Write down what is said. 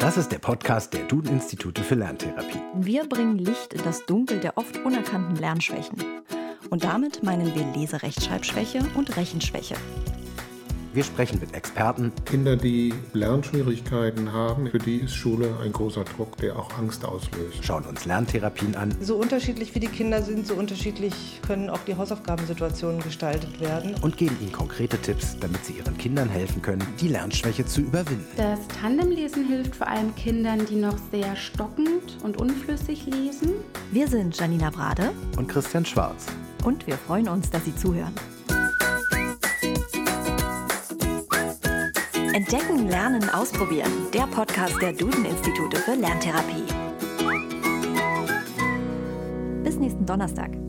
Das ist der Podcast der Duden-Institute für Lerntherapie. Wir bringen Licht in das Dunkel der oft unerkannten Lernschwächen. Und damit meinen wir Leserechtschreibschwäche und Rechenschwäche. Wir sprechen mit Experten, Kinder, die Lernschwierigkeiten haben, für die ist Schule ein großer Druck, der auch Angst auslöst. schauen uns Lerntherapien an So unterschiedlich wie die Kinder sind, so unterschiedlich können auch die Hausaufgabensituationen gestaltet werden. und geben ihnen konkrete Tipps, damit sie ihren Kindern helfen können, die Lernschwäche zu überwinden. Das Tandemlesen hilft vor allem Kindern, die noch sehr stockend und unflüssig lesen. Wir sind Janina Brade Und Christian Schwarz. und wir freuen uns, dass Sie zuhören. Entdecken, Lernen, Ausprobieren. Der Podcast der Duden-Institute für Lerntherapie. Bis nächsten Donnerstag.